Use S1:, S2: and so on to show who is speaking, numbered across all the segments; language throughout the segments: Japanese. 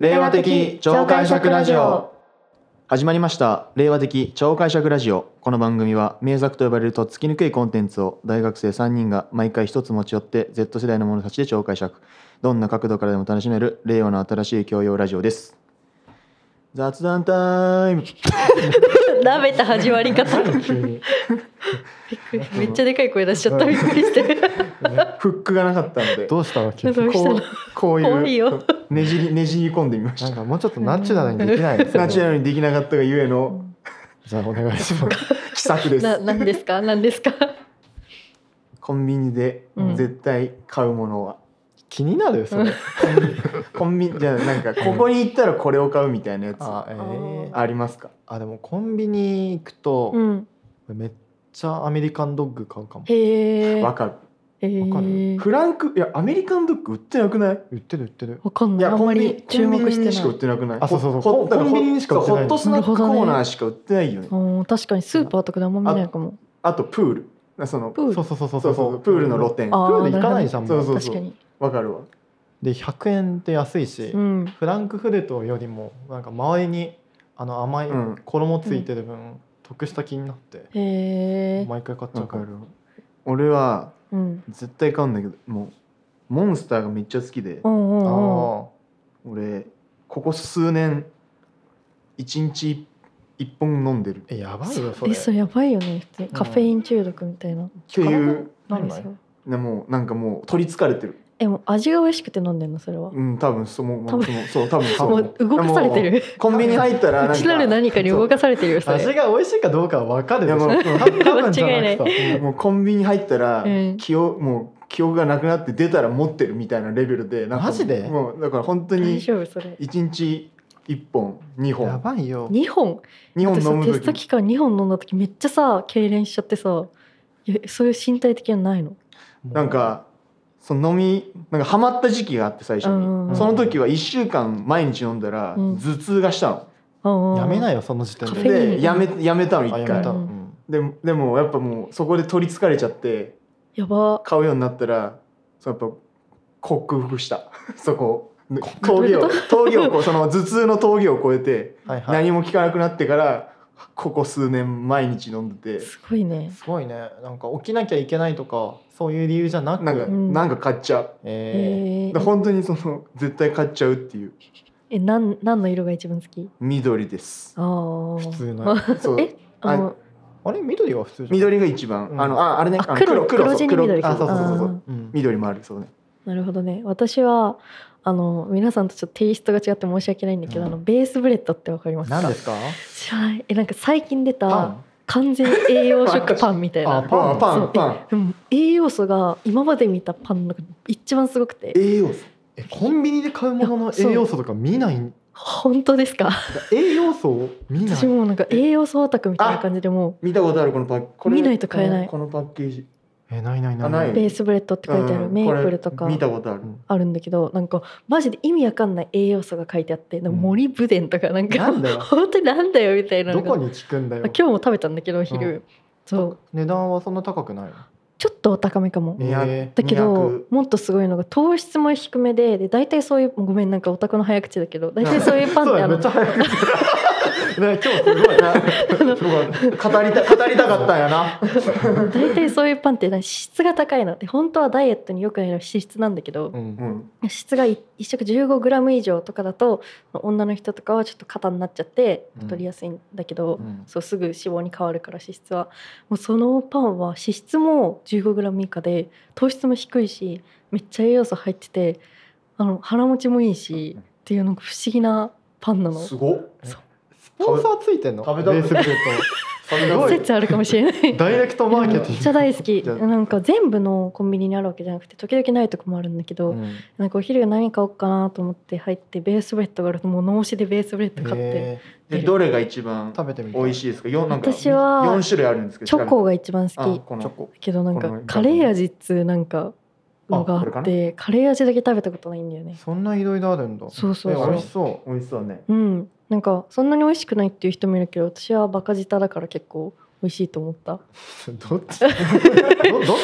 S1: 令和的超解釈ラジオ始まりました令和的超解釈ラジオこの番組は名作と呼ばれるとっつきにくいコンテンツを大学生3人が毎回一つ持ち寄って Z 世代の者たちで超解釈どんな角度からでも楽しめる令和の新しい教養ラジオです雑談タイム
S2: なめた始まり 方びっくりめっちゃでかい声出しちゃったびっく りして
S1: フックがなかったので
S3: どうしたの急 に
S2: どうした
S1: こ
S2: の
S1: うこう
S2: 怖い
S1: いう
S2: よ
S1: ねじりねじり込んでみまし
S3: なん
S1: た
S3: かもうちょっとナチュラルにできないで す
S1: ナ
S3: か
S1: チュラルにできなかったがゆえの
S3: じゃあお願いします
S1: 奇策です
S2: な何ですか何 ですか
S1: コンビニで
S2: うん
S1: 絶対買うものは、
S3: 気になるそれ
S1: コンビニじゃあなんかここに行ったらこれを買うみたいなやつ
S3: あえー
S1: ありますか
S3: あでもコンビニ行くと
S2: うん
S3: めっちゃアメリカンドッグ買うかも
S2: へえ
S1: わかる
S2: へ
S3: わか
S2: え
S3: る
S1: フランクいやアメリカンドッグ売ってなくない
S3: 売ってる売ってる
S2: わかん
S1: い
S2: ない
S1: や
S2: あん
S1: コ
S2: ま
S1: ンビ
S2: り
S1: ニ
S2: 注目し
S1: コンビニ
S2: て
S1: し
S2: な
S1: か売
S2: い
S1: ってなくない
S3: あそうそうそう
S1: ほ
S3: コンコンビニにしか売ってない
S1: そうホットスナックコーナーしか売ってないよね
S2: うん確かにスーパーとかであんま見ないかも
S1: あとプールあその
S2: プ
S1: プ
S2: ール
S3: そうそうそうそう
S1: そうそうプールの露
S3: プ
S1: 店
S2: あ
S3: ール行かないじゃん
S1: そ
S3: も
S1: う
S3: う
S1: そう
S2: 確
S1: そ
S2: か
S1: う
S2: に
S1: わかるわ
S3: で100円って安いし
S2: うん
S3: フランクフルトよりもなんか周りにあの甘い
S1: うん
S3: 衣ついてる分得した気になって
S2: へえ
S3: 毎回買っちゃ
S1: わ
S3: う
S1: か
S3: から
S1: る俺は
S2: うん
S1: 絶対買うんだけどもうモンスターがめっちゃ好きで
S2: うん
S3: あ
S2: うんうん
S3: ー
S1: 俺ここ数年一日一本飲んでる
S3: えやばいよそ
S2: え
S3: れ
S2: それやばいよね普通にカフェイン中毒みたいな
S1: っていう
S3: な
S2: あ
S3: ん
S2: り
S3: な
S2: そ
S3: いう
S1: でもうなんかもう取りつかれてる
S2: えもう味が美味しくて飲んでんのそれは
S1: うん多分そうもう
S2: 多分
S1: もうそう多分そう
S2: もう動かされて る
S1: コンビニ入った らなん
S2: 内なる
S1: か
S2: 何かに動かされてるよそれ
S3: 味が美味しいかどうかは分かるでしょ
S1: いやもう
S3: 多分多分じゃ
S2: 間違い
S3: くて
S1: もうコンビニ入ったら
S2: うん
S1: 記憶もう記憶がなくなって出たら持ってるみたいなレベルでなんか
S3: マジで
S1: もうだから本当
S2: 大
S1: に
S2: 丈夫それ
S1: 一日一本二
S3: や
S1: 本
S3: ばいよ
S2: 2本
S1: 二本
S2: 私
S1: 飲
S2: さテ
S1: む
S2: スト
S1: 時
S2: 期間2本飲んだ時めっちゃさ痙攣しちゃってさいやそういう身体的なのないの
S1: なんかその飲みなんかハマった時期があって最初
S2: うん
S1: に
S2: うんうん
S1: その時は一週間毎日飲んだら
S2: うん
S1: 頭痛がしたの
S2: うんうん
S3: やめなよその時点
S2: カフェイン
S3: で
S1: でやめやめたの
S3: あ
S1: 一
S3: やめ
S1: 回
S3: た、
S2: う
S3: うんん
S1: でもでもやっぱもうそこで取りつかれちゃって
S2: やば
S1: 買うようになったらそうやっぱ克服した そこを峠
S2: ど
S1: を
S2: う
S1: 峠をこうそ の頭痛の峠を越えて
S3: はいはい
S1: 何も効かなくなってからここ数年毎日飲んでて
S2: すごいね
S3: すごいねなんか起きなきゃいけないとかそういう理由じゃなく
S1: なんか、
S2: うん
S1: なんか買っちゃう
S3: え
S2: え
S1: で本当にその絶対買っちゃうっていう
S2: えなん何の色が一番好き
S1: 緑です
S2: ああ
S3: ー普通の
S1: そう
S2: えあの
S3: あれ緑は普通じゃん
S1: 緑が一番、
S3: うん
S1: あのああれね
S2: あ
S1: あの
S2: 黒黒
S1: そう
S2: 地に緑
S1: あそうそうそうそ
S2: あー
S1: う
S3: うん
S1: 緑もあるそうね
S2: なるほどね私はあの皆さんとちょっとテイストが違って申し訳ないんだけど、
S3: うん
S2: あのベースブレッドってわかりますか
S3: 何ですか
S2: 知らないえなんか最近出
S3: パ
S2: た
S3: ン
S2: 完全栄養食パンみたい
S3: あ
S2: な
S3: パン
S1: あパ
S2: そ
S1: ン
S2: う
S1: パン
S2: でも栄養素が今まで見たパンの中で一番すごくて
S1: 栄養素
S3: えコンビニで買うものの栄養素とか見ないん
S2: 本当ですか
S3: 栄養素を見ない
S2: 私もなんか栄養素オタクみたいな感じでも
S1: 見たことあるこのパッこ
S2: 見ないと買えない
S1: このパッケージ
S3: えないないな
S1: あ
S3: い
S1: な
S2: う
S1: い
S2: ベースブレッドって書いてある
S1: うん
S2: メープルと
S1: こ
S2: か
S1: れ見たことある
S2: あるんだけどなんかマジで意味わかんない栄養素が書いてあってなんか森ぶでんとかなんか、
S3: なんだよ
S2: 本当になんだよみた いなの
S3: どこ
S2: が
S3: に効くんだよ
S2: 今日も食べたんだけどお昼、
S3: う
S2: そう
S3: 値段はそんな高くないの
S2: ちょっとお高めかも
S1: え
S3: え
S2: だけど
S1: 200
S2: もっとすごいのが糖質も低めでで大体そういうごめんなんかオタクの早口だけど大体 そういうパン
S3: そ
S2: っ
S3: う
S2: てあ
S3: やめ
S2: の
S3: っちゃ早くね今日すごい
S1: なすごい語りた語りたかったんやな
S2: 大体そういうパンって脂質が高いので本当はダイエットによくないのは脂質なんだけど、
S3: うん
S1: ん
S2: 脂質が1食 15g 以上とかだと女の人とかはちょっと肩になっちゃって
S3: うん
S2: 太りやすいんだけど、
S3: うん
S2: そうすぐ脂肪に変わるから脂質はもうそのパンは脂質も 15g 以下で糖質も低いしめっちゃ栄養素入っててあの腹持ちもいいしっていうのが不思議なパンなの
S1: すごっ
S3: スポンサーついてんの
S1: 食べたく
S3: ベースブレッ
S1: すごい
S2: 説あるかもしれない
S3: ドダイレクトマーケティング
S2: めっちゃ大好き
S1: じゃあ
S2: なんか全部のコンビニにあるわけじゃなくて時々ないとこもあるんだけど、
S3: うん
S2: なんかお昼何買おうかなと思って入ってベースブレッドがあるともう脳死でベースブレッド買って、
S3: え
S1: でどれが一番
S3: ー食べてみた
S1: 美味しいですかよなんか
S2: 私は
S1: 四種類あるんですけど
S2: チョコ
S1: が
S2: が一番好きだ
S1: この
S3: チョコ
S2: けどなん
S1: この
S2: かカレー味っつうなんかのがあ
S1: あ
S2: っ
S1: こ
S2: てカレー味だけ食べたことないんだよね
S3: そんないろいろあるんだ
S2: そうそう
S3: え
S2: そう
S3: 美味しそ
S1: 美味しそうね
S2: うんなんかそんなに美味しくないっていう人もいるけど私はバカ舌だから結構美味しいと思った
S3: どっち どどっ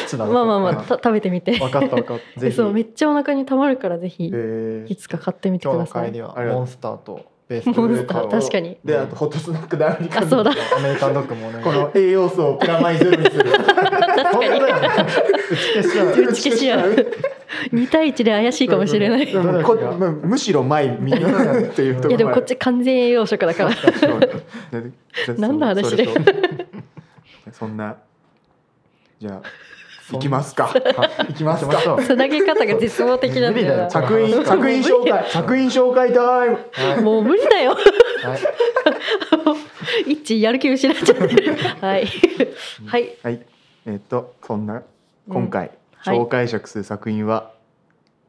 S3: ちなの
S2: まあまあまあた食べてみて
S3: 分かった 分かっ
S1: ぜひ
S2: そうめっちゃお腹にたまるからぜひ
S1: えー
S2: いつか買ってみて
S3: た今
S2: く
S3: 日
S2: だ
S3: の
S2: さ
S3: 会
S2: い
S3: に
S2: モ
S3: は
S1: ありがとう
S3: モンスターとベース
S2: ン
S3: と
S2: スタ
S1: モ
S2: ー確かに
S1: であとホットスナックでアメリカ
S2: あそうだ
S3: アメリカンドッグもね
S1: この栄養素をプラマイゼロにす る
S3: 本当だよね打ち消しちゃう
S2: 打ち消し合う2対1で怪しいかもしれない
S1: うんうんこむむしろ前みんなっていうところ
S2: いやでもこっち完全栄養食だから
S1: ら
S2: 何の話で
S1: そんなじゃあ
S3: そん
S1: 行きますか
S3: は
S1: 行きま
S3: 行
S1: す
S3: きましょ
S1: か
S3: う
S2: つなげ方が絶望的なんだよな
S3: 無理だ
S1: 作品
S3: よ
S1: 作品紹介作品紹介タイム
S3: はい
S2: もう無理だよ
S3: はい
S2: 一やる気失っちゃってるはいはい
S1: はいえっとそんな今回
S2: はい
S1: 紹介者する作品は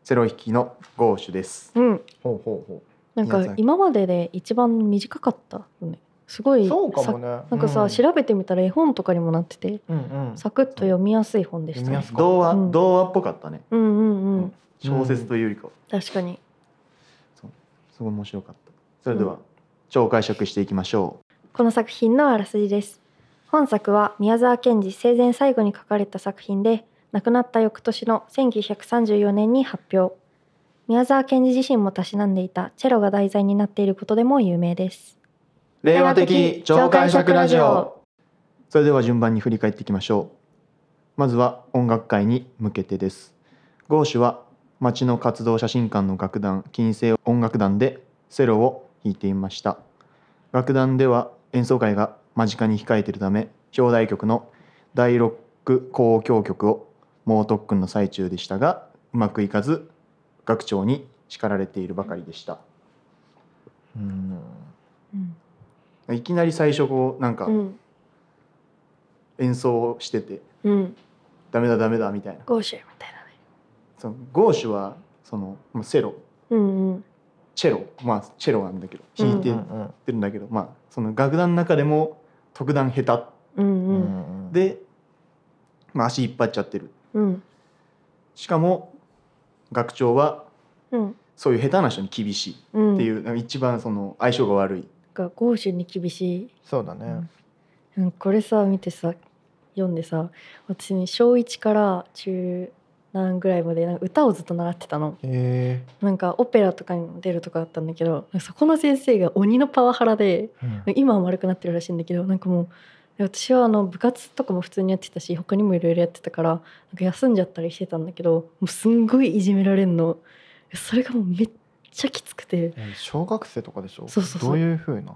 S1: セロ引きのゴーシュです
S2: うん
S3: ほうほうほ
S2: なんか今までで一番短かったよねすご
S3: う
S2: い
S3: そうか
S2: さ
S3: もね
S2: なんかさ、調べてみたら絵本とかにもなってて
S3: うんうん
S2: サクッと読みやすい本でした
S3: 読みや
S2: ね
S3: す
S1: 童話
S2: うん
S1: 童話っぽかったね
S2: うんうんうん
S1: 小説というよりかは
S2: 確かに
S1: すごい面白かったそれでは超解釈していきましょ
S4: この作品のあらすじです本作は宮沢賢治生前最後に書かれた作品で亡くなった翌年の1934年に発表宮沢賢治自身もたしなんでいたチェロが題材になっていることでも有名です
S1: う令和的超解釈ラジオそれでは順番に振り返っていきましょうまずは音楽界に向けてですゴーシュは町の活動写真館の楽団金星音楽団でセロを弾いていました楽団では演奏会が間近に控えているため表題曲の第六交響曲を猛特訓の最中でしたがうまくいかず学長に叱られているばかりでした
S3: うん
S2: うん
S1: いきなり最初こうなんか
S2: うん
S1: 演奏してて、
S2: うん
S1: ダメだダメだみたいな
S2: ゴーシュみたいなね
S1: そのゴーシュはそのまあセロ
S2: うんうん
S1: チェロまあチェロなんだけど
S2: うん
S1: 弾いて
S3: う
S1: っ
S3: ん
S1: てるんだけど、まあその楽団の中でも特段下手
S3: う
S2: うんうんん
S3: うん
S1: で、まあ、足引っ張っちゃってる
S2: うん
S1: しかも学長は
S4: うん
S1: そういう下手な人に厳しいっ
S2: うん
S1: ていう、なんか一番その相性が悪い
S2: がゴーシュに厳し
S3: そうだね
S2: い、うん、これさ見てさ読んでさ私ね小1から中何ぐらいまでなんか歌をずっと習ってたの
S3: へ
S2: なんかオペラとかにも出るとかあったんだけどそこの先生が鬼のパワハラで
S3: えうん
S2: 今は丸くなってるらしいんだけどなんかもう私はあの部活とかも普通にやってたし他にもいろいろやってたからなんか休んじゃったりしてたんだけどもうすんごいいじめられんのそれがもうめっちゃきつくて
S3: え小学生とかでしょ
S2: そうそうそう
S3: どういうふうな
S2: な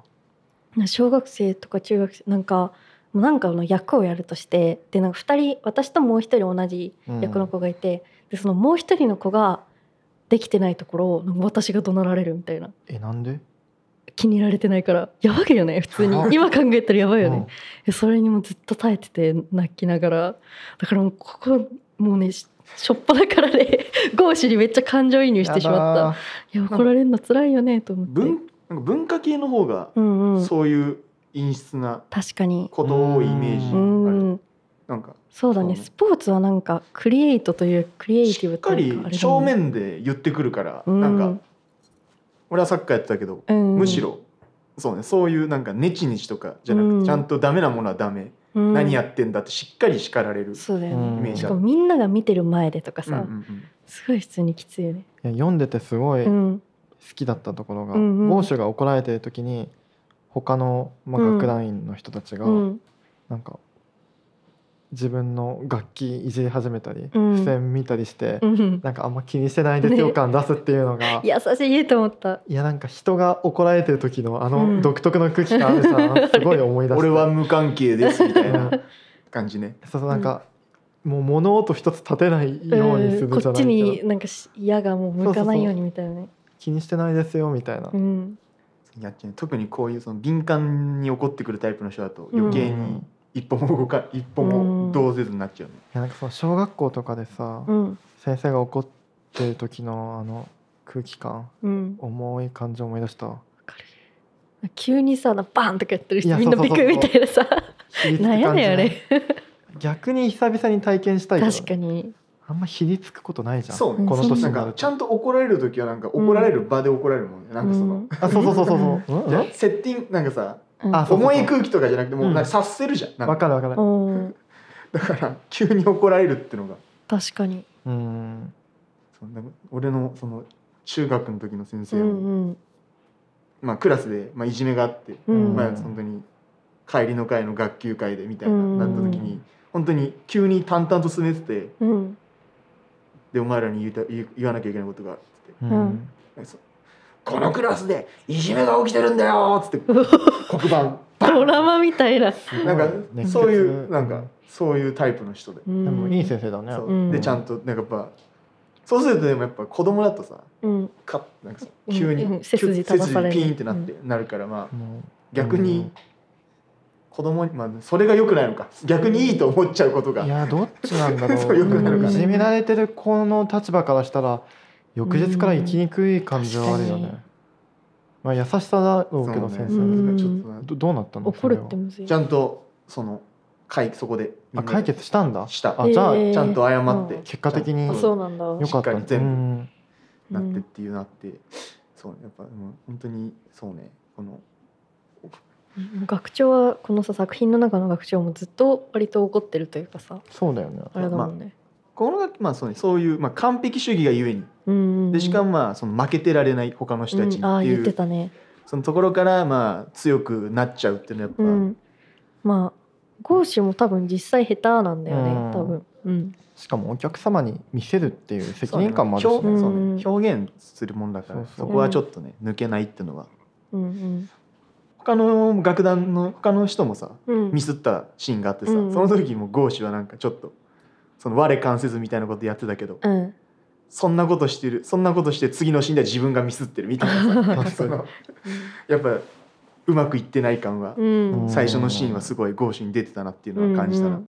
S2: んか小学生とか中学生なんかなんかの役をやるとしてでなんか2人私ともう1人同じ役の子がいて、でそのもう1人の子ができてないところをなんか私が怒鳴られるみたいな
S3: えなんで
S2: 気に入られてないからやばいよね普通に
S3: はい
S2: 今考えたらやばいよ
S3: うん
S2: ね、でそれにもずっと耐えてて泣きながらだからもうここもうねししょっぱだからね ゴーシュにめっちゃ感情移入してしまった
S3: た
S2: いや怒られるの辛いよねと思って
S1: 文なんか文化系の方が
S2: うんうん
S1: そういう陰湿な
S2: 確かに
S1: こと多いイメージあ
S2: う
S1: る、
S2: ん
S1: なんか
S2: そうだ
S1: そう
S2: ね
S1: ね
S2: スポーツはなんかクリエイトというクリエイテ
S1: し
S2: ィブ
S1: っ
S2: と
S1: か
S2: いうかあれだもん
S1: り
S2: ね
S1: 正面で言ってくるから、
S2: うん
S1: なんか俺はサッカーやってたけど、
S2: うん
S1: むしろそうねそういうなんかネチネチとかじゃなくて、
S2: うん
S1: ちゃんとダメなものはダメ、
S2: うん
S1: 何やってんだってしっかり叱られるイ
S2: そうだよね
S1: メージ
S2: し
S1: あ
S2: か
S1: る
S2: もみんなが見てる前でとか
S1: うんう
S2: さ
S1: ん
S2: すごい普通にきついよね
S3: いや読んでてすごい
S2: うん
S3: 好きだったところが、
S2: うんうん
S3: ゴーシュが怒られてる時に他の、まあ、
S2: うん
S3: 楽団員の人たちが、
S2: うん
S3: なんか自分の楽器いじり始めたり、
S2: うん
S3: 付箋見たりして、
S2: うん
S3: なんかあんま気にしてないですよ
S2: ね
S3: 感出すっていうのが、いや
S2: 優し いと思った
S3: なんか人が怒られてる時のあ
S2: う
S3: の
S2: ん
S3: 独特の空気感ある さ、すごい思
S1: う
S3: い
S1: ん
S3: 出し
S1: 俺
S3: て
S1: は無関係ですみたい
S3: うん
S1: な感じね。
S3: そうそうなんか、もう物音一つ立てないようにする
S2: うん
S3: じゃな
S2: こ
S3: いけど、
S2: っちになんかし矢がもう向かないようにみたいなね
S3: 気にしてないですよみたいな、
S2: うん
S1: やっちゃう特にこういうその敏感に怒ってくるタイプの人だと余計
S3: うん
S1: に一歩も動か一歩も動せずになっちゃうね。
S3: いやなんかその小学校とかでさ、
S2: うん
S3: 先生が怒ってる時のあの空気感
S2: うん
S3: 重い感情思い出した
S2: 急にさバーンとかやってる
S3: い
S2: 人
S3: や
S2: みんな
S3: そう
S2: び
S3: そう
S2: く
S3: そう
S2: みたいなさ
S3: 比率感
S2: 悩だ
S3: じな
S2: よ
S3: い
S2: ね
S3: 逆に久々に体験したいけどね
S2: 確かに
S3: あんまひりつくことないじゃん
S1: そうね。
S3: この
S2: うん
S3: 年
S1: な
S3: に
S1: ん
S3: な
S1: か
S3: る
S1: ちゃんと怒られる時はなんか怒られる場で怒られるもんね。なんかその
S2: うん
S3: あそうそうそうそうそう、うん
S1: じゃあセッティングなんかさ
S2: うん
S3: あそう
S1: 重い空気とかじゃなくてもう
S3: うん
S1: なんか察せるじゃんなん
S3: わ
S1: か
S3: かるわかる
S2: うん
S1: だから急に怒られるってのが
S2: 確かに、
S3: うん
S1: そんな俺のその中学の時の先
S2: う
S1: 生
S2: ん
S1: も、
S2: うん
S1: まあ、クラスで、まあ、いじめがあって、
S2: うん
S1: まあ、本当に帰りの会の学級会でみたいな
S2: うん
S1: なった時に本当に急に淡々と進めてて
S2: うん、
S1: でお前らに言うた言う言わなきゃいけないことがあるっつって
S3: う
S2: うん
S3: ん
S1: そこのクラスでいじめが起きてるんだよっ つって黒板
S2: ドラマみたいな、
S1: なんか
S3: 熱血
S1: そういうなんかそういうタイプの人で,、
S3: でもいい
S2: す
S3: 先生だね
S1: そう
S2: うん
S1: でちゃんとなんかやっぱそうするとでもやっぱ子供だとさ
S2: うん
S1: カッなんかさ
S2: うん
S1: 急
S2: う
S1: に
S2: ん背筋
S1: 背
S2: 正さ
S1: 筋
S2: れる
S1: ピーンってなって、なるからまあ
S3: もう
S1: 逆に子供にまあそれが良くないのか逆にいいと思っちゃうこと
S3: い
S1: が
S3: やどっちなんだ
S1: そ
S3: ろ
S1: う
S3: う
S1: よ
S2: くなるから
S3: いじめられてる子の立場からしたら翌日から生きにくい感じはあるよ
S2: うん確
S3: ね、
S2: かに
S3: まあ優しさだろ
S1: そう
S3: うけど先
S2: う
S3: 生
S2: ん
S1: ちょっとな
S3: どどうなったの
S2: 怒るってむずい
S1: ちゃんとその解そこで
S3: それはあ解決したんだ
S1: した
S3: あじゃあ、
S2: えー
S1: ちゃんと謝って、
S2: うん
S3: 結果的に
S2: あそうなんだ
S3: よかった
S1: しっかり全部
S3: うん
S1: なってっていうなって、そうやっぱうん本当にそうねこの
S2: うん学長はこのさ作品の中の学長もずっと割と怒ってるというかさ
S3: そうだよね
S2: あれだもんね、
S1: この楽器まあそうねそういうまあ完璧主義がゆえに
S2: うんうん
S1: でしかもまあその負けてられない他の人たちに
S2: うん、あ
S1: っ
S2: あ
S1: てい
S2: 言って
S1: う
S2: たね
S1: そのところからまあ強くなっちゃうっていうのはやっぱ、
S2: うんまあゴーシュも多分実際下手なんだよね、
S3: うん
S2: 多分うん
S3: しかもお客様に見せるっていう責任感もあるし、
S1: そうね
S2: うん
S1: そうね表現するもんだから
S3: そうそう
S1: そこはちょっとね抜けないっていうのは
S2: うん
S1: 他の楽団の他の人もさ
S2: うん
S1: ミスったシーンがあってさ、
S2: うん
S1: その時もゴーシュはなんかちょっとその我関せずみたいなことやってたけど、
S2: うん
S1: そんなことしてるそんなことして次のシーンでは自分がミスってるみたいなさ そのやっぱうまくいってない感は、
S2: うん
S1: 最初のシーンはすごいゴーシュに出てたなっていうのは感じたな、
S2: うんうん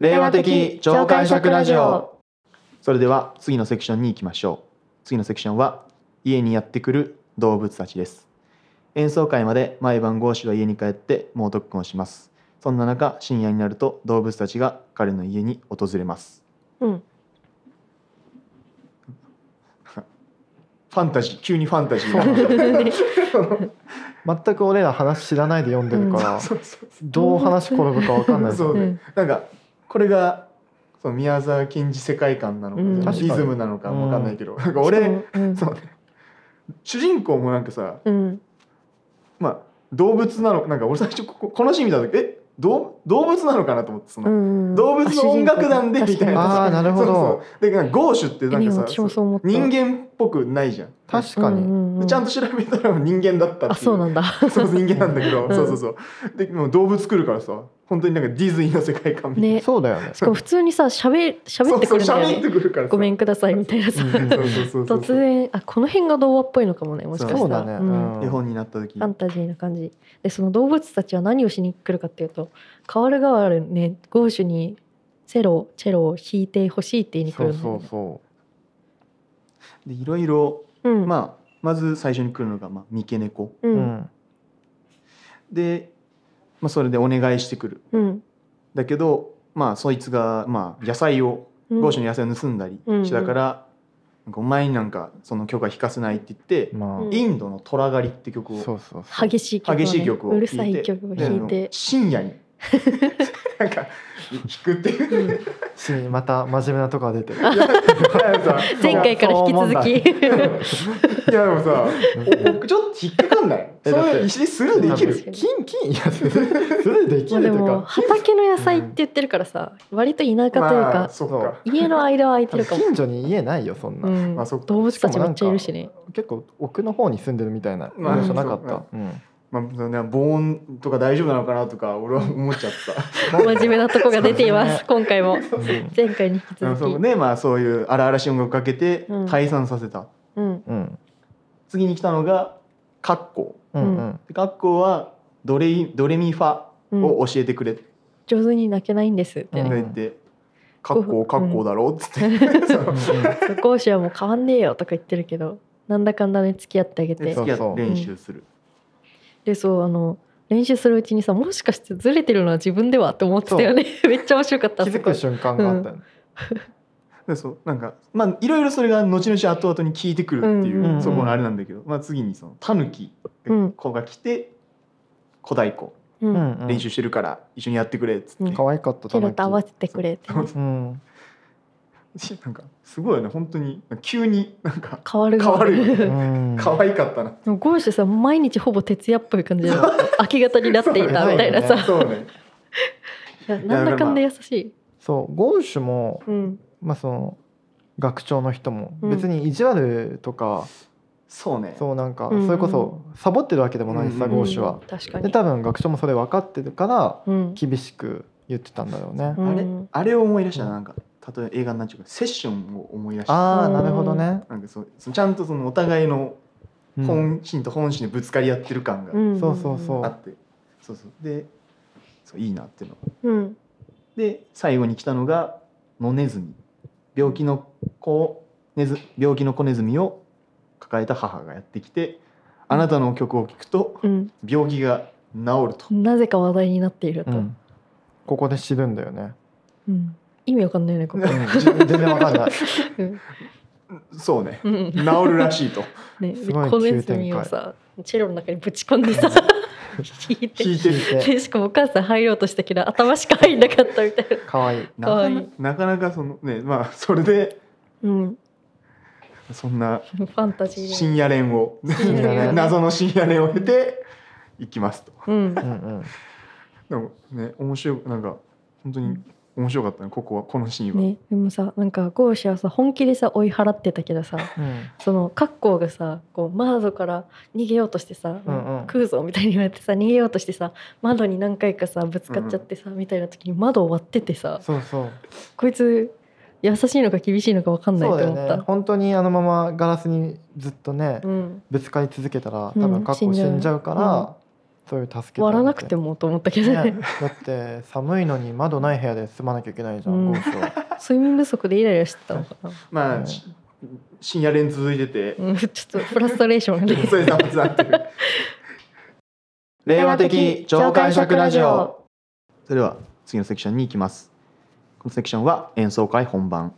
S1: 令
S4: 和的超解釈ラジオ
S1: それでは次のセクションに行きましょう次のセクションは家にやってくる動物たちです演奏会まで毎晩ゴーシュは家に帰って猛特訓をしますそんな中深夜になると動物たちが彼の家に訪れます
S2: うん
S1: ファンタジー急にファンタジーが
S3: 全く俺ら話知らないで読んでるから、
S1: そうそう
S3: どう話転ぶかわかんな い
S1: そう
S2: うん
S1: なんかこれがその宮沢賢治世界観なのか、
S2: うん
S1: そのリズムなのかわかんないけど、なんか俺、
S2: うん
S1: そうね主人公もなんかさ
S2: うん
S1: まあ動物なのなんか俺最初こここのシーン見た時えどう動物なのかなと思ってその、
S2: うん
S1: 動物の音楽団でみたい
S3: あ主人公
S1: な
S3: あーなるほど
S1: そうそうでなんかゴーシュってなんか
S2: ね
S1: さ、
S2: 私もそう思った
S1: 人間っぽくないじゃん
S3: 確かに、
S2: うんう
S1: で
S2: ん、
S1: ちゃんと調べたら人間だったっていう
S2: あそ うなんだ
S1: そう人間なんだけど、
S2: うん
S1: そうそうそうでもう動物来るからさ本当になんかディズニーの世界観みたいな、
S2: ね
S3: そうだよね
S2: しかも普通にさ喋喋ってくるんだよ
S1: そうそう喋って
S2: ね
S1: くるからさ
S2: ごめんくださいみたいなさ
S3: うん
S1: そうそうそうそう
S2: 突然あこの辺が童話っぽいのかもねもしかしたら
S3: そうだね、
S2: うん
S1: 絵本になった時
S2: ファンタジーな感じでその動物たちは何をしに来るかっていうと代わる代わるねゴーシュにセロチェロを弾いてほしいって言いに来
S3: そ
S2: る
S3: うん
S2: だよ
S3: そう
S2: ね
S3: そ
S1: でいろいろ、
S2: うん
S1: まあ、まず最初に来るのが、まあ、三毛猫
S2: う
S3: う、うんん、
S1: で、まあ、それでお願いしてくる
S2: うん
S1: だけど、まあ、そいつが、まあ、野菜を
S2: うん
S1: ゴーシュの野菜を盗んだり
S2: うん
S1: したから、なんかお前になんかその曲は弾かせないって言って、
S3: まあ、
S2: うん
S1: インドの「虎狩り」って曲を
S3: そうそうそう
S2: 激しい曲をね
S1: 激しい曲を
S2: う
S1: 弾い
S2: る
S1: て
S2: さい曲を
S1: であ
S2: 弾い
S1: の
S2: て
S1: 深夜 になんか弾くっていう
S2: うん
S3: しまた真面目なとこが出てる
S2: 前回から引き続き
S1: いやでもさおちょっと引っかかんない
S3: え
S1: そ
S3: だって
S1: れ石スルーできる
S2: 確かに
S3: 金金いやそれそれでき
S2: ま
S3: ると
S2: あで
S3: いう
S2: も
S3: か
S2: 畑の野菜って言ってるからさ割と田舎という
S1: まあ
S2: か
S1: そっか
S2: 家の間は空いてるかも
S3: 近所に家ないよそんな、
S2: うん
S1: まあそっか
S2: 動物たちめっちゃいるしね
S3: 結構奥の方に住んでるみたいな居
S1: まあ
S3: 場所なかっ
S1: そうか
S3: た、うん
S1: まあ、そのね防音とか大丈夫なのかなとか俺は思っちゃった。
S2: 真面目なとこが出ています今回も
S3: うん
S2: 前回に引き
S1: でもそう
S2: 続き
S1: ねまあそういう荒々しい音楽かけて
S2: うん
S1: 退散させた、
S2: うん
S3: うん
S1: 次に来たのがカッコ
S3: うんうん
S1: でカッコはドレイドレミファ
S2: うん
S1: を教えてくれって
S2: 上手に泣けないんですって
S1: 言
S2: ね
S1: って、カッコカッコだろっつって、
S2: そう講師はもう変わんねえよとか言ってるけどなんだかんだね付き合ってあげ
S1: で
S2: て
S3: そう
S1: 付き合って練習する、
S2: でそうあの練習するうちにさもしかしてずれてるのは自分ではって思ってたよね めっちゃ面白かった
S3: 気づく瞬間があったよね、
S1: でそうなんかまあいろいろそれが後々後々に効いてくるっていう、
S2: うん
S3: うん
S1: そこのあれなんだけど、まあ、次にそのタヌキ
S2: うん
S1: 子が来て、小太鼓
S4: うん
S3: うんうん
S1: 練習してるから一緒にやってくれっつっ
S4: う
S1: て、なん
S4: ん
S1: か
S3: 可愛かった
S2: チェロと合わ
S3: せ
S2: せてくれってね、
S3: うん
S1: すごいよね本当に急になんか
S2: 変わる
S1: 変わる
S3: う
S1: よ
S3: ん
S1: 可愛かったな、
S2: でもゴーシュさん毎日ほぼ徹夜っぽい感じで明け方になっていたみたいなさ、
S1: そうね
S2: いやなんだかんだ優しい、
S3: そうゴーシュも
S2: うん、
S3: まあその学長の人も
S2: うん
S3: 別に意地悪とか、
S1: そうね
S3: そうなんか
S2: うん
S3: それこそサボってるわけでもないしさ、
S1: うん
S3: ゴーシュは
S2: うん、確か
S3: で
S2: に、
S3: 多分学長もそれ分かってるから
S2: うん、
S3: 厳しく言ってたんだろうね、
S2: うん
S1: あれ
S2: うん
S1: あれを思い出したななんか例えば映画になっちゃうけどセッションを思い出した
S3: ああ
S2: うん
S3: なるほどね、
S1: なんかそうそのちゃんとそのお互いの
S3: うん
S1: 本心と本心でぶつかり合ってる感が
S2: ん
S3: そうそうそ
S1: あ
S3: う
S1: って、そうそうでそういいなっていうの
S4: うん
S1: で最後に来たのが野ネズミ病気の子をネズ病気の子ネズミを抱えた母がやってきてあなたの曲を聴くと
S2: うん、
S1: 病気が治ると
S2: なぜか話題になっていると、
S3: う
S2: うん
S3: んここで知るんだよね、
S2: 意味わかんな いねここ
S3: う、ん全全然わかんない
S2: うん
S1: そうね
S2: うん
S1: 治るらしいと
S2: ね、
S3: す
S2: で
S3: ごい
S2: この
S3: 急
S2: やつ
S3: 展開
S2: をさチェロの中にぶち込ん でさ弾いて
S1: 弾いてる
S2: でしかもお母さん入ろうとしたけど頭しか入んなかったみたいな、
S3: 可愛い
S1: なか
S2: かわ
S1: ないなかなかそのねまあそれで
S2: うん、
S1: そんな
S2: ファンタジーで、
S1: 深夜練を
S2: 深
S3: 夜練
S1: 謎の深夜練を経ていきますと
S2: うん
S3: う、んうん
S1: でもね面白いなんか本当に面白かったねここはこのシーンは、
S2: ねでもさなんかゴーシャはさ本気でさ追い払ってたけどさ
S3: うん
S2: そのカッコーがさこう窓から逃げようとしてさ、
S3: うんうん
S2: クーゾーみたいに言われてさ逃げようとしてさ窓に何回かさぶつかっちゃってさ、みたいな時に窓を割っててさ
S3: そうそう
S2: こいつ優しいのか厳しいのか分かんない
S3: そうだ
S2: と
S3: よ
S2: 思った
S3: ね本当にあのままガラスにずっとね、
S2: うん、
S3: ぶつかり続けたら多
S2: うん
S3: 分カッコ死んじゃうから、そういう助けてあげて
S2: 割らなくてもと思ったけど
S3: ね
S2: ね
S3: だって寒いのに窓ない部屋で住まなきゃいけないじゃん、
S2: うん
S3: ゴーシュは
S2: 睡眠不足でイライラしてたのかな、
S1: まあ、
S3: うん
S1: し深夜練続いてて、
S2: うん、ちょっとフラストレーションがね
S1: それざまざってる 令和的超解釈ラジオそれでは次のセクションに行きますこのセクションは演奏会本番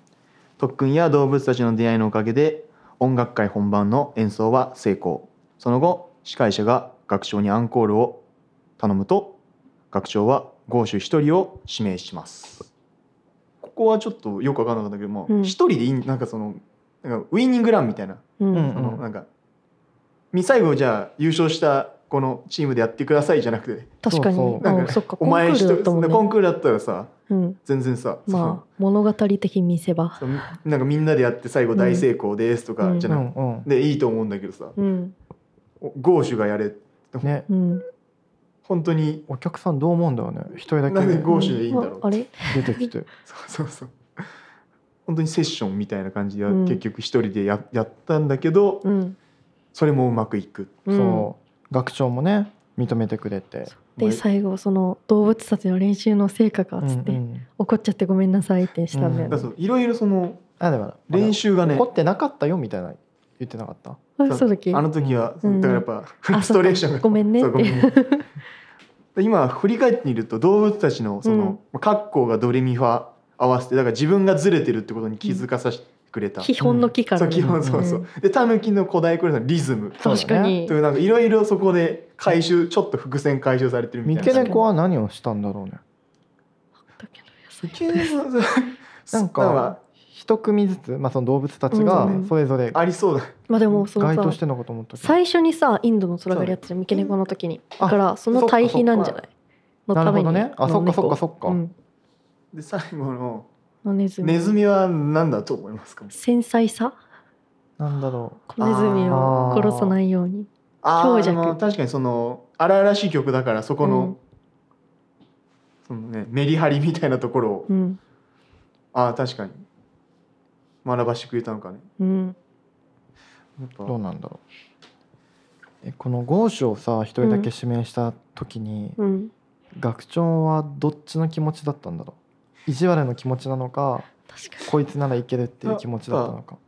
S1: 特訓や動物たちの出会いのおかげで音楽会本番の演奏は成功その後司会者が学長にアンコールを頼むと学長はゴーシュ一人を指名しますここはちょっとよく分かんなかったけども
S2: うん
S1: 一、人でいいなんかそのなんかウイニングランみたいな
S2: うん
S3: うん
S1: そのなんか、み最後じゃあ優勝したこのチームでやってくださいじゃなくて、
S2: 確かに
S3: そう
S1: そう
S2: あそっか
S1: お
S2: コンク
S1: 前一
S2: ールだ
S1: 人
S2: ったもんね
S1: コンクールだったらさ、
S2: うん、
S1: 全然さ、
S2: まあ物語的見せ場
S1: そのそのなんかみんなでやって最後大成功ですとかじゃ
S3: う
S1: なく
S3: んうん
S1: でいいと思うんだけどさ、
S2: うん
S1: おゴーシュがやれ、
S3: ね
S2: うん
S1: 本当に
S3: お客さんどう思うんだよね一人だけ
S1: なんでゴーシュ
S3: 出
S1: でいいんだろう
S2: ああれ
S3: てきて
S1: そうそうそう。本当にセッションみたいな感じで、
S2: うん
S1: 結局一人でややったんだけど、
S2: うん
S1: それもうまくいく。
S2: ん
S3: そう学長もね認めてくれて
S2: で最後その動物たちの練習の成果がっつって、
S3: うんうん
S2: 怒っちゃってごめんなさいってしたんだよ
S1: だからそ
S2: ね、
S1: ういろいろその
S3: あでも
S1: 練習がね
S3: 怒ってなかったよみたいな言ってなかった
S2: あそうだっけ
S1: あの時は、
S2: うん
S1: だからやっぱフラストレーションが
S2: ごめんね
S1: そう
S2: っ
S1: ごめん
S2: て
S1: ね今振り返ってみると動物たちのその、格好がドレミファ合わせてだから自分がずれてるってことに気づかさせてくれた、
S2: 基本の木か
S1: そ
S2: ら
S1: う
S2: ね、
S1: 基本そうそう、でタヌキの古代クレのリズム
S3: そう
S2: 確かに、
S1: というなんかいろいろそこで回収ちょっと伏線回収されてるみ
S3: 三
S1: たい
S3: 毛
S1: な
S3: 猫は何をしたんだろうね
S2: だけど野菜
S1: 三毛猫そう
S3: なんか一組ずつ、まあ、その動物たちが
S1: うん
S3: それぞれ
S1: ありそうだ
S2: まあでもそ
S3: 該当
S2: の
S3: し
S2: さ
S3: てんのかと思ったけど
S2: 最初にさインドの空狩りやってた三毛猫の時にだからその対比なんじゃないの
S3: なる
S2: ため
S3: ほ
S2: に
S3: どねあそっかそっか
S2: っ
S3: そっか、
S2: うん、
S1: で最後の
S2: のネズミ
S1: ネズミは何だと思いますか
S2: 繊細さ
S3: なんだろ
S2: 子ネズミを殺さないように
S1: あー
S2: 強弱
S1: あの確かにその荒々しい曲だからそこの,、そのね、メリハリみたいなところを、
S2: うん
S1: ああ確かに学ばしてくれたのかね
S2: うん
S1: やっぱ
S3: うどうなんだろうえこのゴーシュをさ一人だけ指名した時に、
S2: うん
S3: 学長はどっちの気持ちだったんだろう意地悪の気持ちなのか
S2: 確か
S3: こいつならいけるっていう気持ちだったのか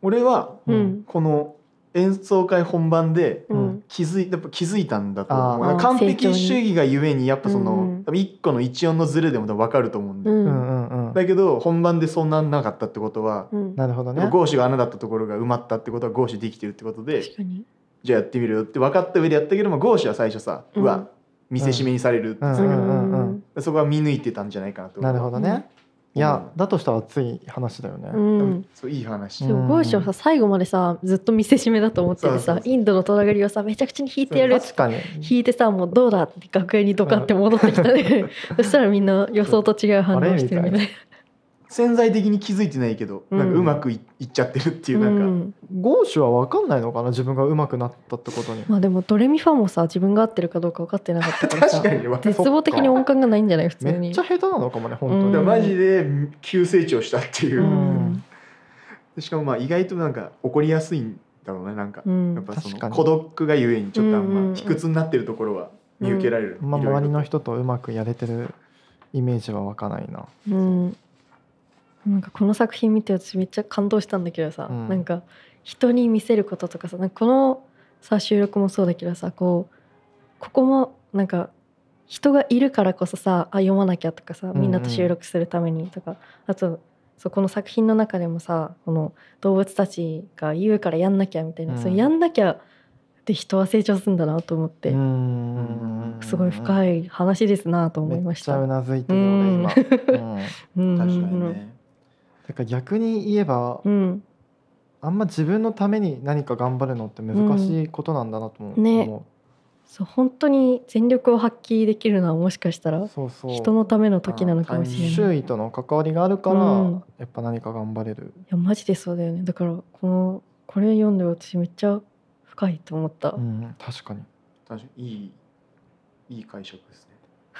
S1: 俺は
S2: に
S3: うん
S1: この演奏会本番で
S2: うん、うん
S1: 気づいやっぱ気づいたんだと思う
S2: あー
S1: なんか完
S2: 成
S1: 璧
S2: 長に
S1: 主義がゆえにやっぱその、
S2: うん
S1: 多分1個の一音のズレでも多分分かると思うんで、
S2: う
S3: うんんうんうん
S1: だけど本番でそうなんなかったってことは、
S2: うん、
S3: なるほど
S1: やっ
S3: ね
S1: ぱゴーシュが穴だったところが埋まったってことはゴーシュできてるってことで
S2: 確かに
S1: じゃあやってみるよって分かった上でやったけどもゴーシュは最初さ、
S2: う
S1: うんわ見せしめにされるって言って
S3: う
S1: たか
S3: んうんうん
S1: らそこは見抜いてたんじゃないかなと
S3: なるほどね、
S1: うん
S3: いやだとしたら熱い話だよね、
S2: うん
S1: う
S2: うんん、
S1: そういい話、
S3: う
S2: そ
S3: ん
S2: うゴーシュはさ最後までさずっと見せしめだと思ってて
S1: そうそう
S2: さ
S1: そう
S2: インドのトラがりをさめちゃくちゃに引いてやるっつっ
S3: 確かに
S2: て引いてさもうどうだって楽屋にドカンって戻ってきたね そしたらみんな予想と違う反応してるみたいな
S1: 潜在的に気づいてないけど、
S2: うん
S1: なんかうまくいいっちゃってるっていう
S2: う
S1: なんか、
S2: ん
S3: ゴーシュは分かんないのかな自分が上手くなったってことに
S2: まあでもドレミファもさ自分が合ってるかどうか分かってなかったから
S1: 確
S2: さ
S1: かにわかる
S2: 絶望的に音感がないんじゃない普通
S3: めっ
S2: に
S3: ちゃ下手なのかもね本当
S2: う
S3: に、
S2: ん
S1: だからマジで急成長したっていうう、
S2: ん
S1: しかもまあ意外となんか怒りやすいんだろうねなんか、
S2: うん
S1: やっぱそ
S3: 確か
S1: の
S3: に
S1: 孤独がゆえにちょっとあん
S2: うんうん
S1: ま
S2: うん
S1: 卑屈になってるところは見受けられる、
S3: まあ
S1: いろいろ
S3: 周りの人とうまくやれてるイメージは湧かないな
S2: うん、なんかこの作品見て私めっちゃ感動したんだけどさ、
S3: うん
S2: なんか人に見せることとかさなんかこのさ収録もそうだけどさこうここもなんか人がいるからこそさあ読まなきゃとかさ
S3: うん
S2: みんなと収録するためにとか、あとそうこの作品の中でもさこの動物たちが言うからやんなきゃみたい
S3: う
S2: な、
S3: ん
S2: そうやんなきゃって人は成長するんだなと思って、
S3: うん
S2: すごい深い話ですなと思いまし
S3: めっちゃう
S2: た。
S3: なずいてる俺今、うん、
S2: うん
S1: 確かにね、
S3: だから逆に言えば
S2: うん
S3: あんま自分のために何か頑張るのって難しいことなんだなとも思う、
S2: うんねそう本当に全力を発揮できるのはもしかしたら
S3: そうそう
S2: 人のための時なのかもしれない。い
S3: 周囲との関わりがあるから、
S2: うん
S3: やっぱ何か頑張れる
S2: やマジでそうだよね。だからこのこれ読んで私めっちゃ深いと思った。
S3: うん、確かに、
S1: 確かにいいいい解釈ですね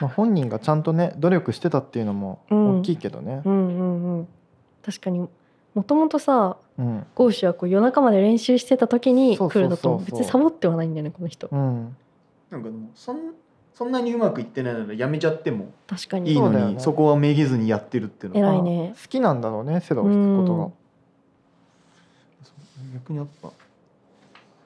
S3: まあ、本人がちゃんとね努力してたっていうのも
S2: うん
S3: 大きいけどね
S2: う、んうんうん。確かにもともとさ
S3: うん
S2: ゴーシュはこう夜中まで練習してた時に
S3: そう
S2: 来
S3: そうそ
S2: る
S3: う
S2: の
S3: そう
S2: と別にサボってはないんだよねこの人。
S3: うん
S1: なんかでもそんそんなにうまくいってないならやめちゃっても
S2: 確かに。
S1: いいの
S3: そうだよ
S1: に
S3: ね
S1: そこはめげずにやってるっていうのは
S2: 偉いね
S3: 好きなんだろうねセドを引くことが、
S2: うん
S1: 逆にやっぱ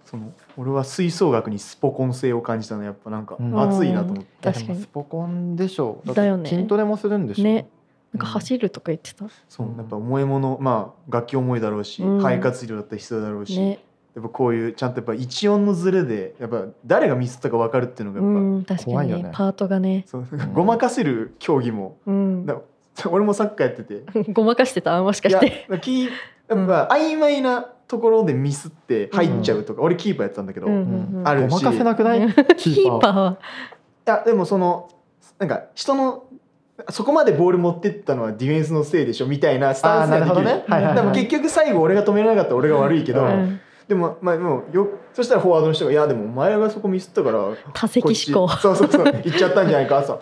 S1: その俺は吹奏楽にスポコン性を感じたのやっぱなんか
S3: うん
S1: 熱いなと思って、
S3: いや
S2: 確
S3: で
S2: か
S3: も
S2: に
S3: ス。ポコンでしょう
S2: だよね
S3: って筋トレもするんでしょ
S2: ねなんか走るとか言ってた。
S1: そうやっぱ重いものまあ楽器重いだろうし、
S2: うん
S1: 肺活量だったら必要だろうし、
S2: ね。
S1: やっぱこういうちゃんとやっぱ一音のズレでやっぱ誰がミスったか分かるっていうのがや
S2: う
S1: っぱ、
S2: ん確か
S3: 怖い
S2: に
S3: よ
S2: ね
S3: ね
S2: パートがね。
S1: そう ごまかせる競技も、
S2: うん。
S1: だ俺もサッカーやってて
S2: ごまかしてたもしか
S1: い
S2: し
S1: や
S2: て。
S1: キーやっぱ曖昧なところでミスって入っちゃうとか、俺キーパーやってたんだけど、
S2: うん
S1: い
S2: うんうん
S1: あるし
S3: ごまかせなくないキ
S2: キー
S3: ー
S2: パ
S3: パ
S2: ー
S3: ー
S2: は。
S1: やでもそのなんか人のそこまでボール持ってったのはディフェンスのせいでしょみたいなスタンスができる
S3: はいはい
S1: でも
S3: はい
S1: 結局最後俺が止められなかったら俺が悪いけど、
S3: う
S2: うん
S3: ん
S1: でもまあもうよそしたらフォワードの人が「いやでもお前がそこミスったから
S2: 多席
S1: こっち
S2: 思考
S1: そうそうそう行っちゃったんじゃないか」さ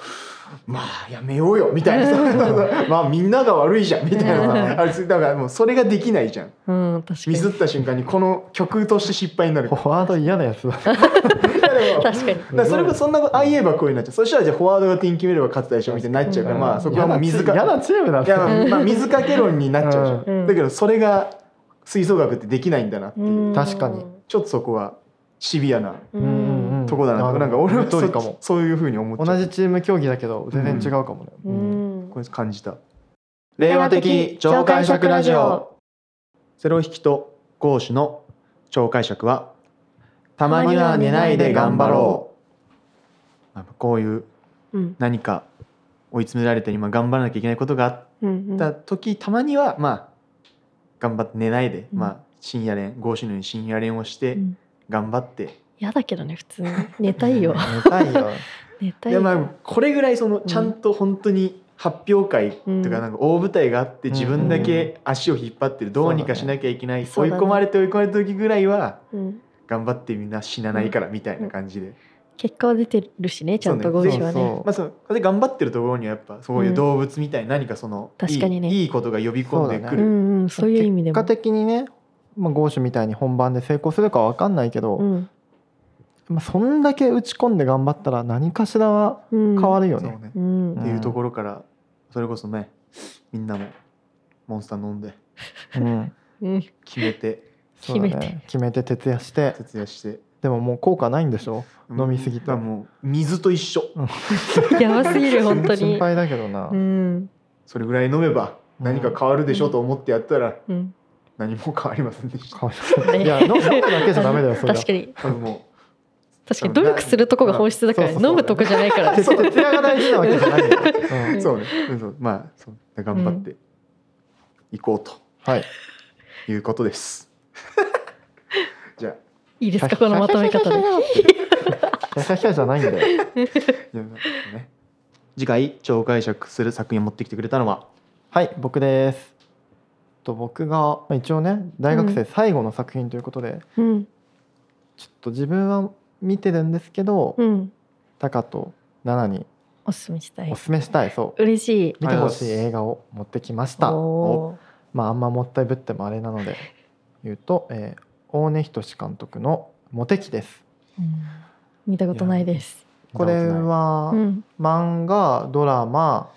S1: まあやめようよみたいなさ まあみんなが悪いじゃんみたいなさあれだからもうそれができないじゃん
S2: うん、確か
S1: ミ
S2: に。
S1: スった瞬間にこの曲として失敗にな る
S3: フォワード嫌なやつ
S1: い
S3: だ
S1: やでも
S2: 確かに。
S1: だからそれこそそんなことああ言えばこうになっちゃうそしたらじゃあフォワードが点決めれば勝つでしょみたいになっちゃうから、
S2: うん
S1: まあそこはもう水か
S3: 嫌なチームだっ
S1: いやま
S3: た
S1: あまあ水かけ論になっちゃうじゃん、
S2: うん
S1: だけどそれが吹奏楽ってできないんだなっていう、
S2: うん
S3: 確かに
S1: ちょっとそこはシビアな
S2: う
S3: うんうん
S2: ん。
S1: とこだな、
S3: うん
S1: なんか俺は
S3: 言う通
S1: そ
S3: りかも
S1: そういうふうに思っちゃう
S3: 同じチーム競技だけど全然違うかもね、
S2: う
S3: うん
S2: ん
S1: こ。れ感じた
S4: 令和的超解釈ラジオ
S1: セロ引きとゴーシュの超解釈はたまには寝ないで頑張ろうやっぱこういう
S2: うん。
S1: 何か追い詰められて今頑張らなきゃいけないことがあっ
S2: うん。
S1: た時、たまにはまあ頑張って寝ないで、
S2: うん
S1: まあ深夜練ゴーシュのように深夜練をして、
S2: うん
S1: 頑張って
S2: 嫌だけどね、普通に。寝 たいよ。
S3: 寝たい よ
S2: 寝たい
S1: いや
S2: よ。
S1: まあこれぐらいそのちゃんと本当に発表会とか
S2: うん
S1: なんか大舞台があって
S3: うん
S1: 自分だけ足を引っ張ってるどうにかしなきゃいけない
S2: そ
S1: 追
S2: う
S1: い
S2: だね
S1: 込まれて追い込まれた時ぐらいは
S2: うん
S1: 頑張ってみんな死なないからみたいな感じで
S2: 結果は出てるしね、ちゃんと
S1: そう
S2: ゴ
S1: ね
S2: ーシュはね。
S1: まあそので頑張ってるところにはやっぱそういう動物みたいな何かそのい
S2: 確かにね
S1: いいいことが呼び込んでく
S2: う
S1: る
S2: んうん、そういう意味でも。
S3: 結果的にね、まあ、ゴーシュみたいに本番で成功するかは分かんないけど、
S2: うん。
S3: まあ、そんだけ打ち込んで頑張ったら何かしらは
S2: 変
S3: 変わるよ
S1: そう
S3: ね、
S1: ね
S2: うん
S1: っ。ていうところからそれこそねみんなもモンスター飲んで
S3: うん
S2: うん。
S1: 決めて
S3: そうだね
S2: 決
S3: 決
S2: めて
S3: めて徹夜して
S1: 徹夜して
S3: でももう効果ないんでしょ飲みすぎて
S1: だからもう水と一緒
S2: やばすぎる、本当
S3: 心
S2: に。
S3: 配だけどな、
S2: うん。
S1: それぐらい飲めば何か変わるでしょと思ってやったら
S2: うん。
S1: 何も変わりませんでした
S3: かわいそういや飲む飲むだけじゃダメだよそれ
S2: 確かに
S1: 多分も
S2: 確かに努力するとこが本質だから
S3: そうそうそう
S2: 飲むとこじゃないから
S3: 徹
S2: ね
S3: 底徹夜が大事なわけじゃないよ、う ん
S1: うそうね、うんそうまあそう頑張って行こうと
S3: はい
S1: いうことです、じゃあ
S2: いいですかこのまとめ 方で
S3: キャシャキャじゃないんだよ
S1: じゃあね次回超解釈する作品を持ってきてくれたのは
S3: はい僕ですと僕がまあ一応ね大学生最後の作品ということで、
S4: うん
S3: ちょっと自分は見てるんですけど、
S4: うん
S3: タカとナナに
S2: おすすめしたい
S3: おすすめしたいそう
S2: 嬉しい
S3: 見てほしい映画を持ってきました
S2: おー
S3: まああんまもったいぶってもあれなの で言うと、えー、大根仁監督の「モテキ」です
S2: うん見たことないです
S3: これは
S4: うん
S3: 漫画ドラマ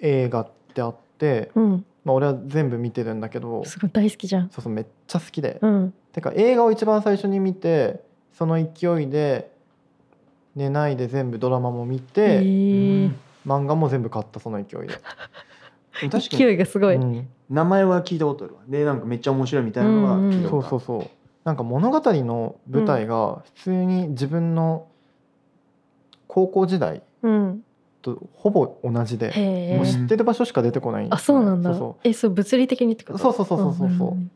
S3: 映画ってあって、
S4: うん
S3: まあ、俺は全部見てるんだけど
S2: すごい大好きじゃん
S3: そうそうめっちゃ好きで、
S4: うん
S3: てか映画を一番最初に見てその勢いで寝ないで全部ドラマも見
S2: え
S3: て、
S2: ー
S3: 漫画も全部買ったその勢いで、
S1: 確かに
S2: 勢いがすごい
S3: うん
S1: 名前は聞いたことあるわでなんかめっちゃ面白いみたいなのは聞いた
S3: そ
S1: こ
S3: う
S1: とあ
S3: そうそうなんか物語の舞台が普通に自分の高校時代
S4: うん
S3: とほぼ同じで、
S2: へ
S3: もう
S2: ー
S3: 知ってる場所しか出てこない
S2: あそうなんだ
S3: そうそう
S2: えそう物理的にってこと
S3: そうそうそうそうそうそう
S2: あなるほどね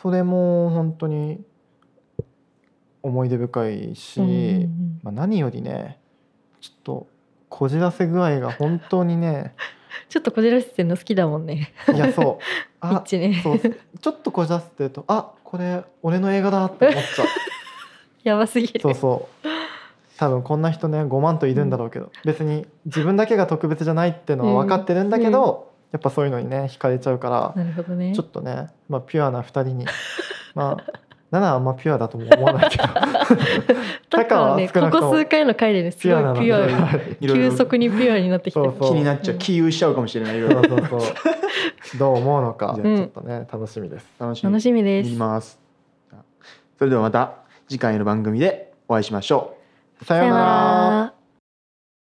S3: それも本当に思い出深いし、
S2: うんうんうん
S3: まあ、何よりねちょっとこじらせ具合が本当に ね
S2: ちょっとこじらせてるの好きだもんね
S3: いやそうあ
S2: 一ね
S3: そうちょっとこじらせてるとあこれ俺の映画だって思っちゃう
S2: やばすぎる
S3: そうそう多分こんな人ね5万といるんだろうけど、別に自分だけが特別じゃないってのは分かってるんだけど、やっぱそういうのにね惹かれちゃうから、
S2: なるほどね
S3: ちょっとね、まあ、ピュアな2人にまあナナはあんまピュアだとも思わないけ ど
S2: だからね
S3: タカは少
S2: こ
S3: なくとも
S2: こ数回の回でねす
S3: ピ
S2: ご
S3: ュア
S2: い
S3: なの
S2: ピュア
S3: はい
S1: いろいろ
S2: 急速にピュアになってきて
S3: そうそう
S1: 気になっちゃう気憂しちゃうかもしれないいろい
S3: そ
S1: ろ
S3: うそうそう。どう思うのか、
S1: じ
S2: ゃあ
S3: ちょっとね、楽しみです。
S1: 楽しみ
S2: 楽しみで
S1: 見
S2: す
S1: ますそれではまた次回の番組でお会いしましょう
S4: さ
S3: さよう
S4: よ
S3: な
S4: な
S3: ら。
S4: ら